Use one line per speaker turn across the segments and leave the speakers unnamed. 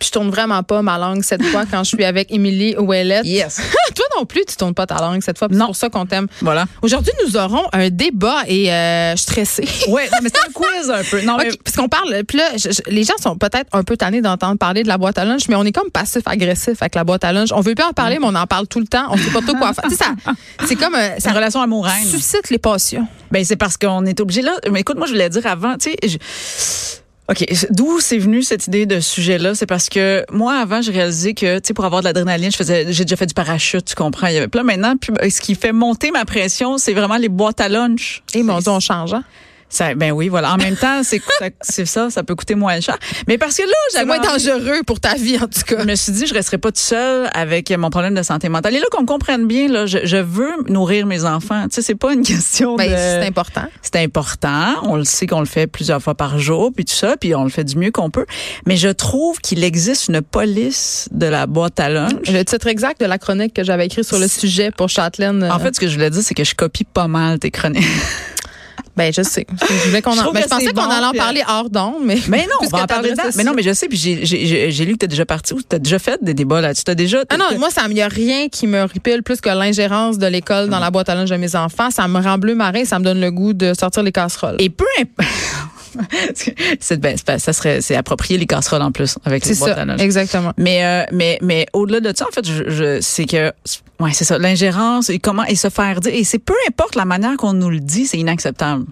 Puis je tourne vraiment pas ma langue cette fois quand je suis avec Émilie Ouellette.
Yes.
Toi non plus, tu tournes pas ta langue cette fois. puis C'est
Non.
pour ça qu'on t'aime.
Voilà.
Aujourd'hui, nous aurons un débat et euh, je suis stressée.
Ouais, non, mais c'est un quiz un peu. Non,
OK,
mais
Parce qu'on parle, puis là, je- je- les gens sont peut-être un peu tannés d'entendre parler de la boîte à lunch, mais on est comme passif-agressif avec la boîte à lunch. On veut pas en parler, mais on en parle tout le temps. On sait pas trop quoi faire. Tu sais, ça, c'est comme, euh,
c'est
ça
une relation amoureuse.
suscite les passions.
Ben c'est parce qu'on est obligé là. Mais écoute, moi je voulais dire avant, tu sais. je- OK, d'où c'est venu cette idée de ce sujet-là, c'est parce que moi avant, j'ai réalisé que tu sais pour avoir de l'adrénaline, je faisais j'ai déjà fait du parachute, tu comprends, il y avait plein maintenant puis ben, ce qui fait monter ma pression, c'est vraiment les boîtes à lunch.
Et mon Dieu, on change, hein?
Ça, ben oui, voilà. En même temps, c'est ça, c'est ça, ça peut coûter moins cher. Mais parce que là,
C'est
j'avais
moins
envie-
dangereux pour ta vie, en tout cas.
je me suis dit, je resterai pas toute seule avec mon problème de santé mentale. Et là, qu'on me comprenne bien, là, je, je veux nourrir mes enfants. Tu sais, c'est pas une question
Ben,
de...
c'est important.
C'est important. On le sait qu'on le fait plusieurs fois par jour, puis tout ça, puis on le fait du mieux qu'on peut. Mais je trouve qu'il existe une police de la boîte à lunch.
Le titre exact de la chronique que j'avais écrite sur le sujet pour Châtelaine. euh,
En fait, ce que je voulais dire, c'est que je copie pas mal tes chroniques.
ben je sais. Je voulais qu'on
Je
en.
trouve
ben,
que
je pensais
c'est
qu'on
bon,
allait en
puis- euh,
parler hors d'onde, mais.
Mais non, on
Puisque
va en parler
t'adresses
dedans.
à
Mais
ça.
non, mais je sais, puis j'ai- j'ai j'ai- j'ai lu que t'es déjà parti ou t'as déjà fait des débats là-dessus. T'as déjà...
Ah non, moi, ça n'y a rien qui me ripile plus que l'ingérence de l'école
Mm.
dans la boîte à lunch de mes enfants. Ça me rend bleu marin, ça me donne le goût de sortir les casseroles.
Et peu importe... c'est ben, c'est pas- ça serait c'est approprié les casseroles en plus avec les
C'est
boîtes
ça,
à lunch.
exactement.
Mais euh, mais mais au-delà de ça en fait je, je c'est que ouais c'est ça l'ingérence et comment et se faire dire et c'est peu importe la manière qu'on nous le dit c'est inacceptable.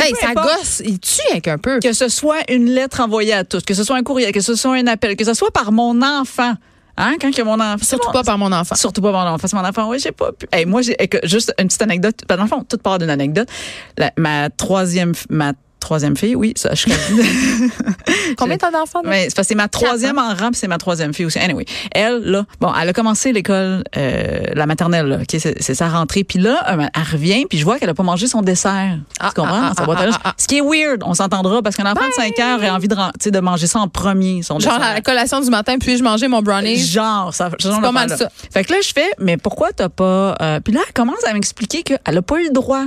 Hey,
peu
ça
importe.
gosse, il tue avec un peu.
Que ce soit une lettre envoyée à tous, que ce soit un courriel, que ce soit un appel, que ce soit par mon enfant. Hein, quand que mon enfant.
Surtout pas par mon enfant.
Surtout pas mon enfant. C'est mon enfant, oui, j'ai pas pu. Hey, moi, j'ai écoute, juste une petite anecdote. Ben, dans le fond, toute part d'une anecdote. La- ma troisième, f- ma troisième fille, oui, ça, je
Combien t'as d'enfants? là?
Mais c'est parce que c'est ma troisième en rang, puis c'est ma troisième fille aussi. Anyway, elle là, bon, elle a commencé l'école, euh, la maternelle, là, ok, c'est c'est sa rentrée. Puis là, euh, elle revient, puis je vois qu'elle a pas mangé son dessert.
Ah,
tu comprends?
ah,
dans sa
ah,
boîte à
ah,
lunch.
ah, ah.
Ce qui est weird, on s'entendra parce qu'un enfant de 5 heures a envie de, ren- tu sais, de manger ça en premier, son
Genre
dessert.
la collation du matin, puis je mangeais mon brownie.
Genre, ça, ce genre
pas
d'affaire,
mal
là.
ça.
Fait que là, je fais, mais pourquoi t'as pas. euh, puis là, elle commence à m'expliquer qu'elle a pas eu le droit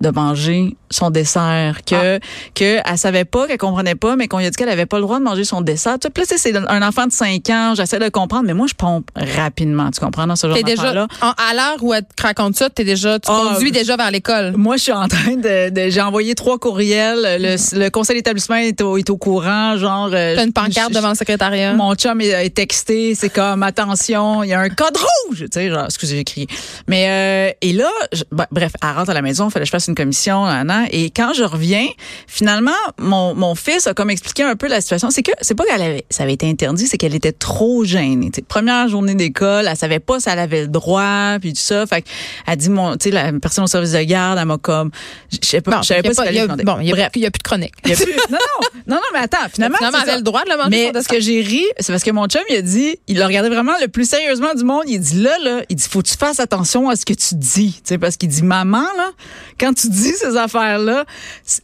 de manger son dessert, que
Ah.
que elle savait pas, qu'elle comprenait pas, mais qu'on lui a dit qu'elle avait pas le droit de manger son dessert. Tu sais, Puis là, tu sais, c'est un enfant de 5 ans, j'essaie de le comprendre, mais moi, je pompe rapidement, tu comprends, dans ce genre
T'es
d'affaire là
déjà, en- à l'heure où elle te raconte ça, t'es déjà, tu
Ah,
conduis
euh,
déjà vers l'école.
Moi, je suis en train de, de- j'ai envoyé trois courriels. Le, le conseil d'établissement est au, est au courant, genre. euh,
Mm-hmm. T'as une pancarte
je-
devant le secrétariat.
Mon chum est, est texté, c'est comme attention, il y a un code rouge, tu sais, genre, excusez, j'ai crié. Mais euh, et là, je- bah, bref, elle rentre à la maison, fallait que je fasse une commission, nan, nan, et quand je reviens, finalement, mon, mon fils a comme expliqué un peu la situation. C'est que c'est pas qu'elle avait, ça avait été interdit, c'est qu'elle était trop gênée. tu sais. Première journée d'école, elle savait pas si elle avait le droit, puis tout ça. Fait que, elle dit mon, tu sais, la personne au service de garde, elle m'a comme, je je sais pas,
Bon,
je savais
y a
pas si elle
y a-
allait
bon, y a-
Bref,
y a plus de chronique.
y a plus- non, non, non, non, mais attends, finalement,
Finalement,
c'est
elle
ça.
avait le droit de le manger.
Mais
son
ce que j'ai ri, c'est parce que mon chum, il a dit, il le regardait vraiment le plus sérieusement du monde. Il dit là, là, il dit, faut que tu fasses attention à ce que tu dis. Tu sais, parce qu'il dit, maman, là, quand tu dis ces affaires-là,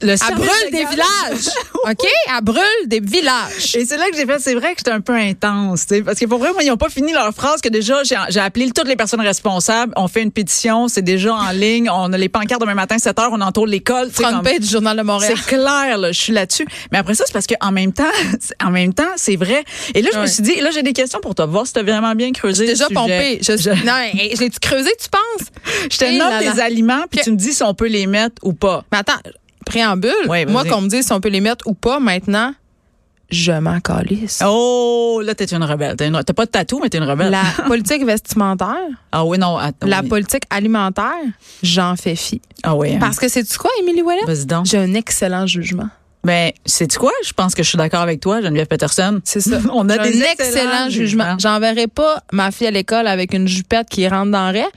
le
Elle
service
brûle
de
des
garde-
villages. OK? Elle brûle des villages.
Et c'est là que j'ai fait, c'est vrai que j'étais un peu intense, tu sais, parce que pour vrai, moi, ils n'ont pas fini leur phrase que déjà, j'ai j'ai appelé toutes les personnes responsables, on fait une pétition, c'est déjà en ligne, on a les pancartes demain matin, 7 heures, on entoure l'école. tu sais,
Front
comme-
page du Journal de Montréal.
C'est clair, là, je suis là-dessus. Mais après ça, c'est parce qu'en même temps, en même temps, c'est vrai. Et là, je me
Ouais.
suis dit, là, j'ai des questions pour toi. Voir si t'as vraiment bien creusé.
Déjà
le sujet.
pompé. Je,
Je,
Non, hey, je l'ai-tu creusé, tu penses?
je te
Eh là
nomme
là.
les aliments, puis
Que-
tu me dis si on peut les mettre ou pas.
Mais attends, préambule.
Ouais, vas-y.
moi, qu'on me dise si on peut les mettre ou pas maintenant, je m'en calisse.
Oh, là, t'es une rebelle. T'es une- T'as pas de tatou, mais t'es une rebelle.
La politique vestimentaire,
Ah oui, non. attends,
la
oui.
politique alimentaire, j'en fais fi.
Ah oui. hein.
Parce que c'est tu quoi, Émilie Ouellet?
Vas-y donc.
J'ai un excellent jugement.
Ben, sais-tu quoi? Je pense que je suis d'accord avec toi, Geneviève Peterson.
C'est ça.
On a
J'ai
des
un
excellents
excellent jugement.
jugements.
J'enverrai pas ma fille à l'école avec une jupette qui rentre dans raie,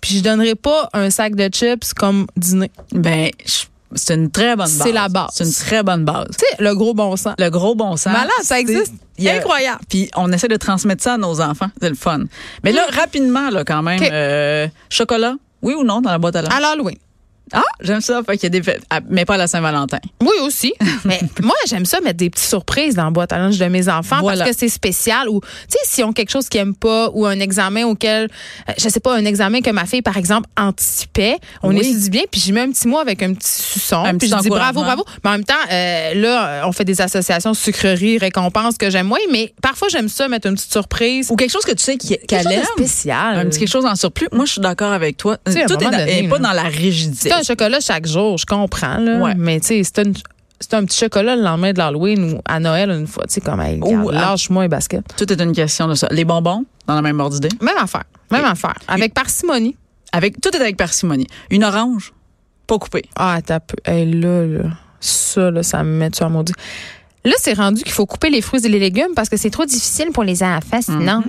puis je donnerai pas un sac de chips comme dîner.
Ben, je- c'est une très bonne base.
C'est la base.
C'est une très bonne base.
Tu sais, le gros bon sens.
Le gros bon sens.
Malade, ça existe.
Il y a-
Incroyable.
Puis on essaie de transmettre ça à nos enfants. C'est le fun. Mais là, rapidement, là, quand même,
OK.
euh, chocolat, oui ou non dans la boîte à lunch?
À l'Halloween.
Ah, j'aime ça. Fait qu'il y a des fêtes, ah, mais pas à la Saint-Valentin.
Oui, aussi. Mais moi, j'aime ça mettre des petites surprises dans la boîte à lunch de mes enfants
Voilà.
parce que c'est spécial. Ou, tu sais, s'ils ont quelque chose qu'ils n'aiment pas ou un examen auquel, euh, je sais pas, un examen que ma fille, par exemple, anticipait, on
Oui.
étudie bien, puis je mets un petit mot avec un petit suçon.
Un
puis
petit
je dis bravo, bravo.
encouragement.
Mais en même temps, euh, là, on fait des associations sucreries, récompenses que j'aime moins, mais parfois, j'aime ça mettre une petite surprise.
Ou quelque chose que tu sais qui- qu'elle
Quelque chose
aime.
de spécial.
Un petit quelque chose en surplus. Moi, je suis d'accord avec toi. Tout
sais, à un
est,
moment
dans-
donné,
est pas
là.
dans la rigidité.
C'est un chocolat chaque jour, je comprends, là.
Ouais.
Mais tu sais, c'est une- c'est un petit chocolat le lendemain de l'Halloween ou à Noël une fois, tu sais, comme, hey, regarde,
Ou à-
lâche-moi un basket.
Tout est une question de ça. Les bonbons, dans la même ordre d'idée.
Même affaire, même affaire. Avec parcimonie.
Avec, tout est avec parcimonie. Une orange, pas coupée.
Ah, t'as peu. Hey, là, là, ça, là, ça me met sur un maudit. Là, c'est rendu qu'il faut couper les fruits et les légumes parce que c'est trop difficile pour les enfants, sinon.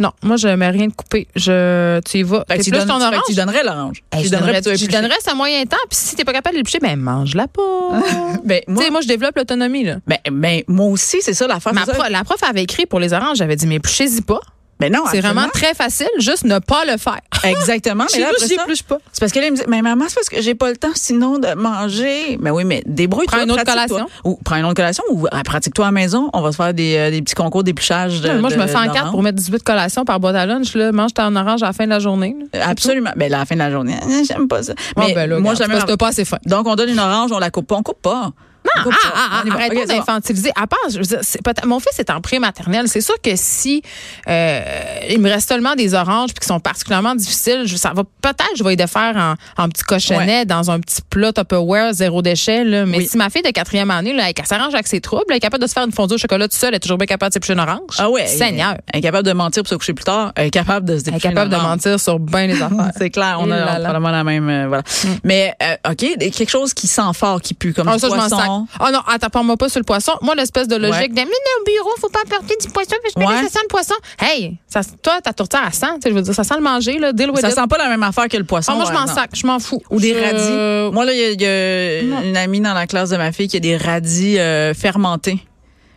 Non, moi, je mets rien de coupé. Je, tu y vas.
Mm-hmm. Fait que
C'est
tu,
plus
donnes-
ton
fait que
orange.
tu donnerais l'orange.
Hey,
tu
je donnerais,
plutôt
je
épluché.
donnerais ça moyen temps. Puis si t'es pas capable de l'éplucher, ben mange-la pas.
Ben,
tu
moi,
sais, moi, je développe l'autonomie, là.
ben, ben, moi aussi, c'est ça l'affaire.
Ma
c'est ça.
pro- la prof avait écrit pour les oranges, j'avais dit mais épluchez-y pas.
Ben non,
C'est
absolument.
vraiment très facile, juste ne pas le faire.
Exactement. mais là, après ça,
j'épluche pas.
c'est parce que là, il me dit, mais maman, c'est parce que j'ai pas le temps sinon de manger. Mais oui, mais débrouille-toi.
Prends une autre
pratique-toi.
collation.
Ou prends une autre collation ou ah, pratique-toi à la maison. On va se faire des, euh, des petits concours d'épluchage. de-
moi, je
de-
me fais en quatre
d'orange.
pour mettre 18 collations par boîte à lunch. Là. Mange ta orange à la fin de la journée. là.
Absolument. Ben, là, à la fin de la journée, Ah, j'aime pas ça.
Ah,
Mais
ben là,
moi,
regarde, c'est
j'aime
parce que t'as pas assez faim.
Donc, on donne une orange, on la coupe pas. On coupe pas. Non,
Ah, ah, ah, arrêtons d'infantiliser. À part, je veux dire, c'est peut-être- mon fils est en pré-maternelle. C'est sûr que si euh, il me reste seulement des oranges puis qui sont particulièrement difficiles, je, ça va peut-être je vais les faire en, en petit cochonnet dans un petit plat Tupperware zéro déchet. là. Mais
Oui.
si ma fille de quatrième année, là, elle s'arrange avec ses troubles, elle est capable de se faire une fondue au chocolat tout seul, elle est toujours bien capable de s'éplucher une orange.
Ah ouais.
Seigneur,
Incapable de mentir pour se coucher plus tard. Incapable de se
elle est
dépêcher.
capable de mentir sur bien les affaires.
C'est clair, on
Et
a, on
là
a
là.
probablement la même. euh, voilà. Mais, euh, OK, des- quelque chose qui sent fort, qui pue, comme
Ah,
du
ça, je m'en
poisson.
sac. Ah non, attends, parle-moi pas sur le poisson. Moi, l'espèce de logique
Ouais.
de, mais non, au bureau, faut pas apporter du poisson, parce que
Ouais.
ça sent le poisson. Hey, ça, toi, ta tourtière, elle sent, tu sais, je veux dire, ça sent le manger, là, deal with
Ça
it.
sent pas la même affaire que le poisson.
Ah, moi, je
par
m'en
exemple.
sac, je m'en fous.
Ou des
Je-
radis.
Euh,
Moi, là, il y a- il y a, une amie dans la classe de ma fille qui a des radis euh, fermentés.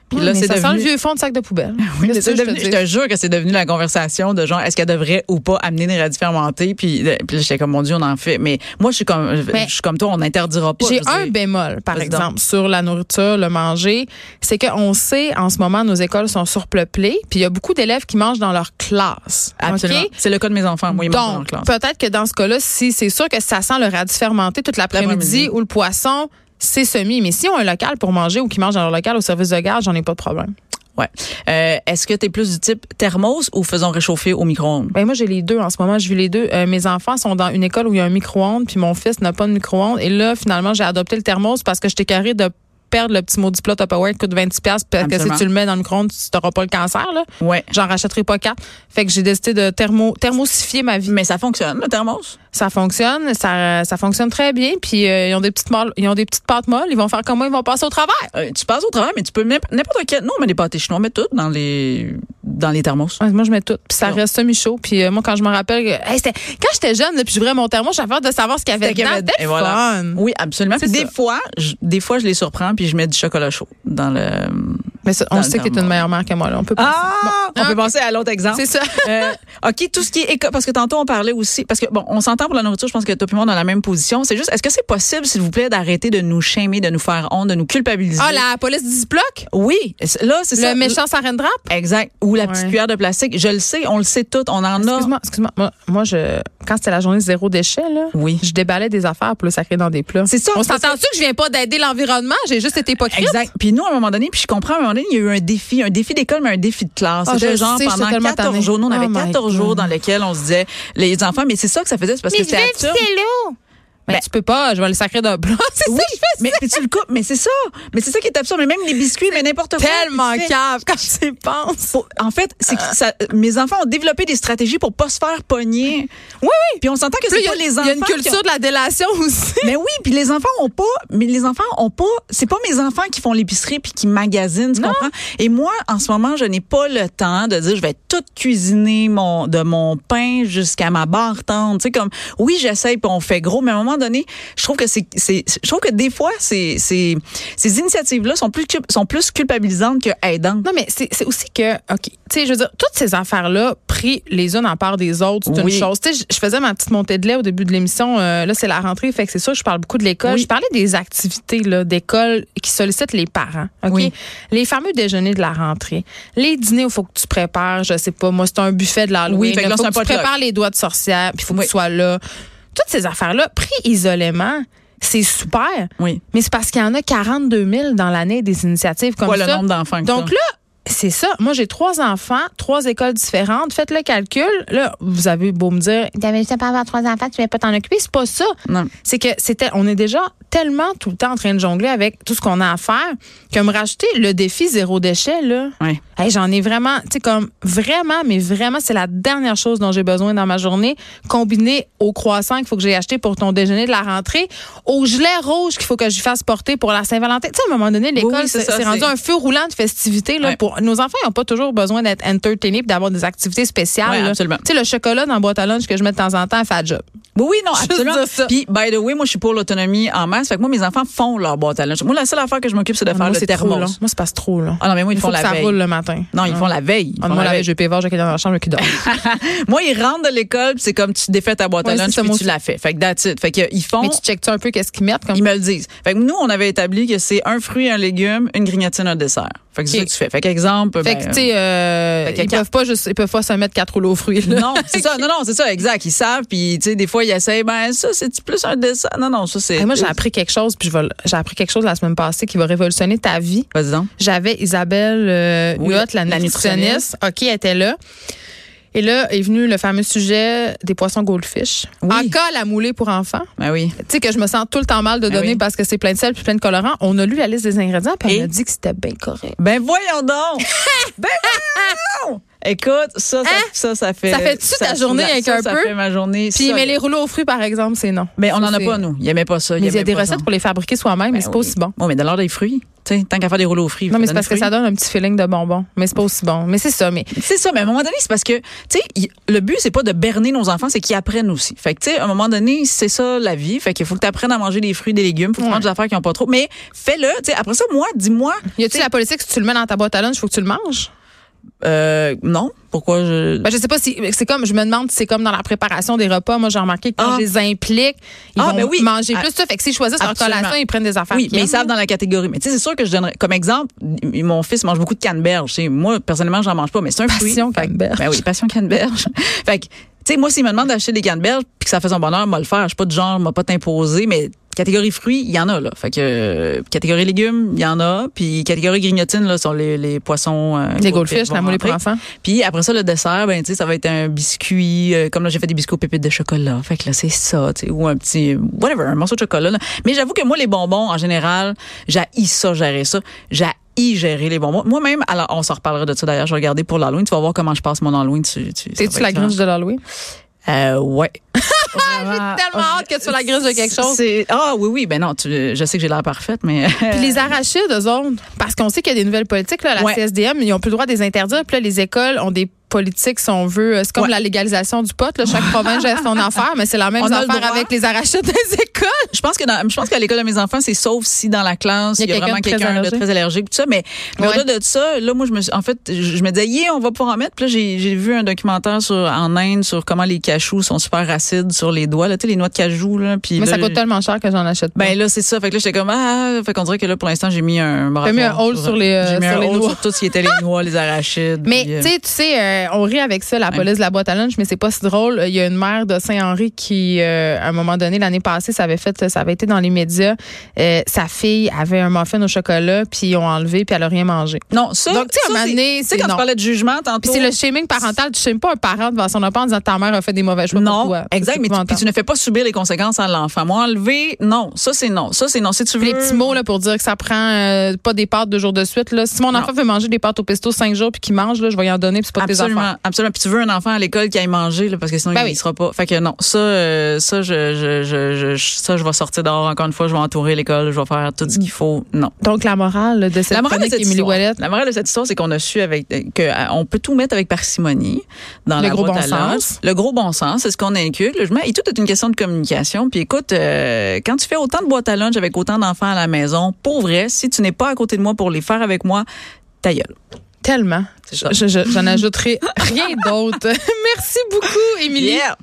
Puis
ouais,
là,
mais
c'est
ça sent le
devenu.
vieux fond de sac de poubelle.
Oui,
Qu'est-ce
c'est
que tu veux
devenu-
que je
je
te
te jure que c'est devenu la conversation de genre, est-ce qu'elle devrait ou pas amener des radis fermentés? Puis, euh, puis là, j'étais comme, mon Dieu, on en fait. Mais moi, je suis comme, je-
Mais-
je suis comme toi, on n'interdira pas.
J'ai
je veux
un
dire.
bémol, par
Vas-y donc.
exemple, sur la nourriture, le manger. C'est qu'on sait, en ce moment, nos écoles sont surpeuplées, puis il y a beaucoup d'élèves qui mangent dans leur classe.
Absolument.
OK?
C'est le cas de mes enfants. Moi, ils mangent dans leur
Donc,
classe.
peut-être que dans ce cas-là, si c'est sûr que ça sent le radis fermenté toute l'après-midi
L'après-midi.
ou le poisson, c'est semi. Mais si on a un local pour manger ou qui mange dans leur local au service de garde, j'en ai pas de problème.
Ouais. Euh, est-ce que tu es plus du type thermos ou faisons réchauffer au micro-ondes?
Ben moi, j'ai les deux en ce moment. Je vis les deux. Euh, mes enfants sont dans une école où il y a un micro-ondes, puis mon fils n'a pas de micro-ondes. Et là, finalement, j'ai adopté le thermos parce que j'étais carré de perdre le petit maudit plat Tupperware qui coûte 26$ parce que si
Absolument.
tu le mets dans le micro-ondes, tu n'auras pas le cancer. Là.
Ouais.
J'en rachèterai pas quatre. Fait que j'ai décidé de thermo, thermosifier ma vie.
Mais ça fonctionne, le thermos?
Ça fonctionne, ça, ça fonctionne très bien. Puis euh, ils ont des petites molles- ils ont des petites pâtes molles. Ils vont faire comme moi, ils vont passer au travers.
Euh, tu passes au travail, mais tu peux n'imp- n'importe quel. Nous, on met des pâtés chinois, on met tout dans les, dans les thermos.
Ouais, moi, je mets tout. Puis ça
Non.
reste semi-chaud. Puis euh, moi, quand je me rappelle, que- hey, c'était- quand j'étais jeune, là, puis je ouvrais mon thermos, j'avais hâte de savoir ce qu'il y avait
C'était
dedans.
qu'il y avait-
C'était
et voilà.
fun.
Oui, absolument.
C'est
Puis des
ça.
fois, je, des fois, je les surprends puis je mets du chocolat chaud dans le.
Mais ça, on
Dans
sait
le
que t'es une
thermos.
meilleure mère que moi. Là. On peut pas.
Ah!
Bon.
on
Ah.
peut penser à l'autre exemple.
C'est ça.
Euh, OK, tout ce qui est éco- parce que tantôt on parlait aussi parce que bon, on s'entend pour la nourriture, je pense que tout le monde dans la même position. C'est juste est-ce que c'est possible s'il vous plaît d'arrêter de nous shamer, de nous faire honte, de nous culpabiliser
Ah, la police disbloque?
Oui, c'est- là c'est
Le
ça. euh,
méchant s'arène drape?
Exact, ou la petite
Ouais.
cuillère de plastique, je le sais, on le sait tout, on en a.
Excuse-moi, excuse-moi. Moi, moi, je, quand c'était la journée zéro déchet, là,
Oui.
je déballais des affaires pour le sacrer dans des plats.
C'est ça,
On
parce
s'entend-tu que je viens pas d'aider l'environnement? J'ai juste été hypocrite.
Exact. Puis nous, à un moment donné, puis je comprends, à un moment donné, il y a eu un défi, un défi d'école, mais un défi de classe.
Ah, je le
C'était genre
sais, j'étais
pendant
tellement
14
tannée.
jours, nous, on
Oh
avait
my
14 jours
God.
dans lesquels on se disait, les enfants, mais c'est ça que ça faisait, c'est parce que c'était absurde.
l'eau. Mais
Ben-
tu peux pas, je vais le sacrer d'un plat. C'est
Oui,
ça que je fais.
mais puis tu le coupes, mais c'est ça. Mais c'est ça qui est absurde. Mais même les biscuits, mais n'importe quoi.
Tellement
tu fais-
cave quand tu y penses.
Faut- En fait, c'est que ça- mes enfants ont développé des stratégies pour pas se faire pogner. Oui, oui. Puis on s'entend que
Plus
c'est
Il y, a-
pas les
il
enfants.
y a une
qui ont-
culture de la délation aussi.
Mais oui, puis les enfants ont pas, mais les enfants ont pas, c'est pas mes enfants qui font l'épicerie puis qui magasinent, tu comprends? Et moi, en ce moment, je n'ai pas le temps de dire je vais tout cuisiner mon, de mon pain jusqu'à ma barre tendre, tu sais, comme, oui, j'essaye puis on fait gros, mais à un moment moment donné, je trouve que c'est, c'est je trouve que des fois ces ces, ces initiatives là sont plus sont plus culpabilisantes que aidantes.
Non mais c'est c'est aussi que OK, tu sais je veux dire toutes ces affaires là pris les unes en part des autres, c'est
Oui.
une chose. Tu sais je- je faisais ma petite montée de lait au début de l'émission, euh, là c'est la rentrée fait que c'est sûr je parle beaucoup de l'école.
Oui.
Je parlais des activités là d'école qui sollicitent les parents. OK?
Oui.
Les fameux déjeuners de la rentrée, les dîners où faut que tu prépares, je sais pas, moi c'est un buffet de la
Oui, fait que là,
faut
c'est
que
un
tu
potluck.
prépares les doigts de sorcière, puis faut que
Oui.
tu sois là. Toutes ces affaires-là, pris isolément, c'est super.
Oui.
Mais c'est parce qu'il y en a 42 000 dans l'année des initiatives comme
Quoi
ça.
le nombre d'enfants que
Donc
t'as?
là, c'est ça. Moi, j'ai trois enfants, trois écoles différentes. Faites le calcul. Là, vous avez beau me dire, t'avais juste pas avoir trois enfants, tu ne pas t'en occuper. C'est pas ça.
Non.
C'est que c'était, on est déjà tellement tout le temps en train de jongler avec tout ce qu'on a à faire que me rajouter le défi zéro déchet, là.
Ouais.
Hey, j'en ai vraiment, tu sais, comme vraiment, mais vraiment, c'est la dernière chose dont j'ai besoin dans ma journée, combiné au croissant qu'il faut que j'ai acheté pour ton déjeuner de la rentrée, au gilet rouge qu'il faut que je fasse porter pour la Saint-Valentin. Tu sais, à un moment donné,
Oui,
l'école,
oui, c'est
c'est
ça,
c'est rendu
c'est-
un feu roulant de festivités. Là,
Ouais.
pour, nos enfants n'ont pas toujours besoin d'être entertainés et d'avoir des activités spéciales.
Ouais,
là.
absolument.
Tu sais, le chocolat dans la boîte à lunch que je mets de temps en temps, fait job.
Oui, oui, non,
Juste
absolument.
dire ça.
Puis, by the way, moi, je suis pour l'autonomie en masse. Fait que moi, mes enfants font leur boîte à lunch. Moi, la seule affaire que je m'occupe, c'est de faire
Ah, moi,
le
c'est trop long. Moi,
thermos.
c'est passe trop long.
Ah non, mais moi, ils
Il
font
faut que
la
ça
veille.
roule le matin.
Non, ils font la veille. Ils
Ah,
font
Moi,
la
la veille,
veille.
je vais pévard, j'ai quelqu'un dans la chambre qui dort.
Moi, ils rentrent de l'école, puis c'est comme tu défais ta boîte à
Ouais,
lunch,
c'est ça,
puis
moi
tu
aussi.
la fais. Fait que that's it. Fait que, euh, ils font,
Mais tu checkes un peu qu'est-ce qu'ils mettent comme
ils me le disent. Fait que nous, on avait établi que c'est un fruit, un légume, une grignotine, un dessert. Fait que
Ok.
c'est ça que tu fais. Fait qu'exemple,
Fait
ben,
que, tu sais, euh,
fait que
ils
quatre.
peuvent pas juste, ils peuvent pas se mettre quatre rouleaux aux fruits, là.
euh, non, c'est ça. Non, non, c'est ça, exact. Ils savent, puis tu sais, des fois, ils essayent, ben ça, c'est plus un dessert. Non, non, ça, c'est...
Hey, Ah, moi, j'ai appris quelque chose, puis je vais le- j'ai appris quelque chose la semaine passée qui va révolutionner ta vie.
Vas-y donc.
J'avais Isabelle euh, Huot,
Oui,
la,
la nutritionniste.
nutritionniste. OK, elle était là. Et là est venu le fameux sujet des poissons goldfish.
Oui.
Encore la moulée pour enfants.
Ben oui.
Tu sais que je me sens tout le temps mal de
Ben
donner
oui.
parce que c'est plein de sel puis plein de colorants. On a lu la liste des ingrédients puis
Et?
on a dit que c'était bien correct.
Ben voyons donc! ben voyons! Écoute, ça, ça,
Hein?
ça, ça fait.
Ça fait-tu ta journée
ça-
avec
ça,
un
ça
peu?
fait ma journée.
Puis
ça,
mais les rouleaux aux fruits par exemple, c'est non.
Mais on
Ça,
n'en a
c'est-
pas, nous. Il aimait pas ça.
Mais il y a
aimait
des
pas ça.
recettes pour les fabriquer soi-même, mais c'est pas
oui.
aussi bon.
Oui, mais dans l'heure des fruits. Tu sais, tant qu'à faire des rouleaux aux fruits.
Non,
faut
mais c'est
donner
parce que
aux
ça donne un petit feeling de bonbon. Mais c'est pas aussi bon. Mais c'est ça. Mais
fruits. C'est ça, mais à un moment donné, c'est parce que, tu sais, il- le but, c'est pas de berner nos enfants, c'est qu'ils apprennent aussi. Fait que, tu sais, à un moment donné, c'est ça la vie. Fait qu'il faut que tu apprennes à manger des fruits, des légumes, faut que tu
Ouais.
manges des affaires qui n'ont pas trop. Mais fais-le, tu sais, après ça, moi, dis-moi.
y a-tu la politique, si tu le mets dans ta boîte à lunch, faut que tu le manges?
Euh, non, pourquoi je.
Ben, je sais pas si, c'est comme, je me demande si c'est comme dans la préparation des repas. Moi, j'ai remarqué que quand
Ah.
je les implique, ils
Ah,
vont
ben oui.
manger
Ah.
plus. Ça fait que s'ils choisissent leur
Absolument.
collation, ils prennent des affaires.
Oui,
qu'ils
mais ils
aiment.
savent dans la catégorie. Mais tu sais, c'est sûr que je donnerais. Comme exemple, m- mon fils mange beaucoup de canneberge. Tu sais, Moi, personnellement, j'en mange pas, mais c'est un
Passion
fruit. Fait que-
canneberge.
Ben oui, passion canneberge. fait que, tu sais, moi, s'il me demande d'acheter des canneberges puis que ça fait son bonheur, moi le faire. Je suis pas du genre, m'a pas t'imposer, mais catégorie fruits, il y en a, là. Fait que, euh, catégorie légumes, il y en a. Puis catégorie grignotine, là, sont les, les poissons. euh,
Les
goldfish
goldfish,
vont
la moulée pour
rentrer.
enfants.
Puis après ça, le dessert, ben, tu sais, ça va être un biscuit. euh, comme là, j'ai fait des biscuits aux pépites de chocolat. Fait que là, c'est ça, tu sais, ou un petit, whatever, un morceau de chocolat. là. Mais j'avoue que moi, les bonbons, en général, j'haïs ça, gérer ça. J'haïs gérer les bonbons. Moi-même, alors, on s'en reparlera de ça d'ailleurs. Je vais regarder pour l'Halloween. Tu vas voir comment je passe mon Halloween. Tu, tu, ça va
T'es-tu
être
la
différent.
gringe de l'Halloween?
Euh, ouais.
tellement hâte que tu sois la gringe de quelque chose.
C'est- Ah, oui, oui. Ben non, tu- je sais que j'ai l'air parfaite, mais.
Puis les arachides, eux autres, parce qu'on sait qu'il y a des nouvelles politiques, là, la
Ouais.
CSDM, ils n'ont plus le droit de les interdire. Puis là, les écoles ont des politiques, si on veut. euh, C'est comme
Ouais.
la légalisation du pot. Là, chaque province a son affaire, mais c'est la même
On a le
affaire
droit.
avec les arachides des écoles.
je pense que dans- je pense qu'à l'école de mes enfants, c'est sauf si dans la classe, il y a, vraiment
de très
quelqu'un de
allergique.
très allergique tout ça, mais, mais
Ouais.
au-delà de ça, là moi je me suis- en fait, je, je me disais yeah, on va pouvoir en mettre, puis là j'ai j'ai vu un documentaire sur en Inde sur comment les cachous sont super acides sur les doigts, là, tu sais les noix de cajou là, puis
Mais
là,
ça coûte tellement cher que j'en achète pas.
ben là c'est ça, fait que là j'étais comme ah, fait qu'on dirait que là pour l'instant, j'ai mis un
T'as
moratoire.
mis un hold sur les, euh,
J'ai mis
sur
un
les
hold
noix.
sur tout ce qui était les noix, les arachides.
Mais
puis, euh,
tu sais, tu sais, euh, on rit avec ça, la police de la boîte à lunch, mais c'est pas si drôle. Il y a une mère de Saint-Henri qui, euh, à un moment donné, l'année passée, ça avait fait, ça avait été dans les médias. Euh, sa fille avait un muffin au chocolat, puis ils ont enlevé, puis elle a rien mangé.
non, ça
Donc, tu sais, à un
ça,
moment
c'est-
donné,
tu sais
c'est
quand tu
non.
parlais de jugement
Puis
tantôt.
c'est le shaming parental. Tu shames pas un parent devant son enfant en disant ta mère a fait des mauvais choix pour
Non,
toi.
exact,
C'est
mais tu,
épouvantable.
puis tu ne fais pas subir les conséquences à l'enfant. Moi, enlever, non, ça c'est non, ça c'est non. Si tu veux,
Puis les petits mots là, pour dire que ça prend euh, pas des pâtes deux jours de suite. Là. Si mon enfant veut manger des pâtes au pesto cinq jours puis qu'il mange, là, je vais y en donner, puis c'est pas tes
Absolument,
enfants.
absolument. Puis tu veux un enfant à l'école qui aille manger là, parce que sinon
Ben
il
oui.
sera pas. Fait que non, ça, euh, ça, je, je, je, je- je- ça, je vais sortir dehors encore une fois, je vais entourer l'école, je vais faire tout
Mm.
ce qu'il faut. Non.
Donc, la morale de cette,
La morale, de
chronique,
cette
Émilie
histoire,
Ouellet,
la morale de cette histoire, c'est qu'on a su avec que euh, on peut tout mettre avec parcimonie dans
Le
la
gros
boîte
bon
à lunch.
sens.
Le gros bon sens, c'est ce qu'on inculque. Logement, et tout est une question de communication. Puis écoute, euh, quand tu fais autant de boîtes à lunch avec autant d'enfants à la maison, pour vrai, si tu n'es pas à côté de moi pour les faire avec moi, ta gueule.
tellement.
C'est ça.
Je- je- J'en ajouterai rien d'autre. Merci beaucoup, Émilie.
Yeah.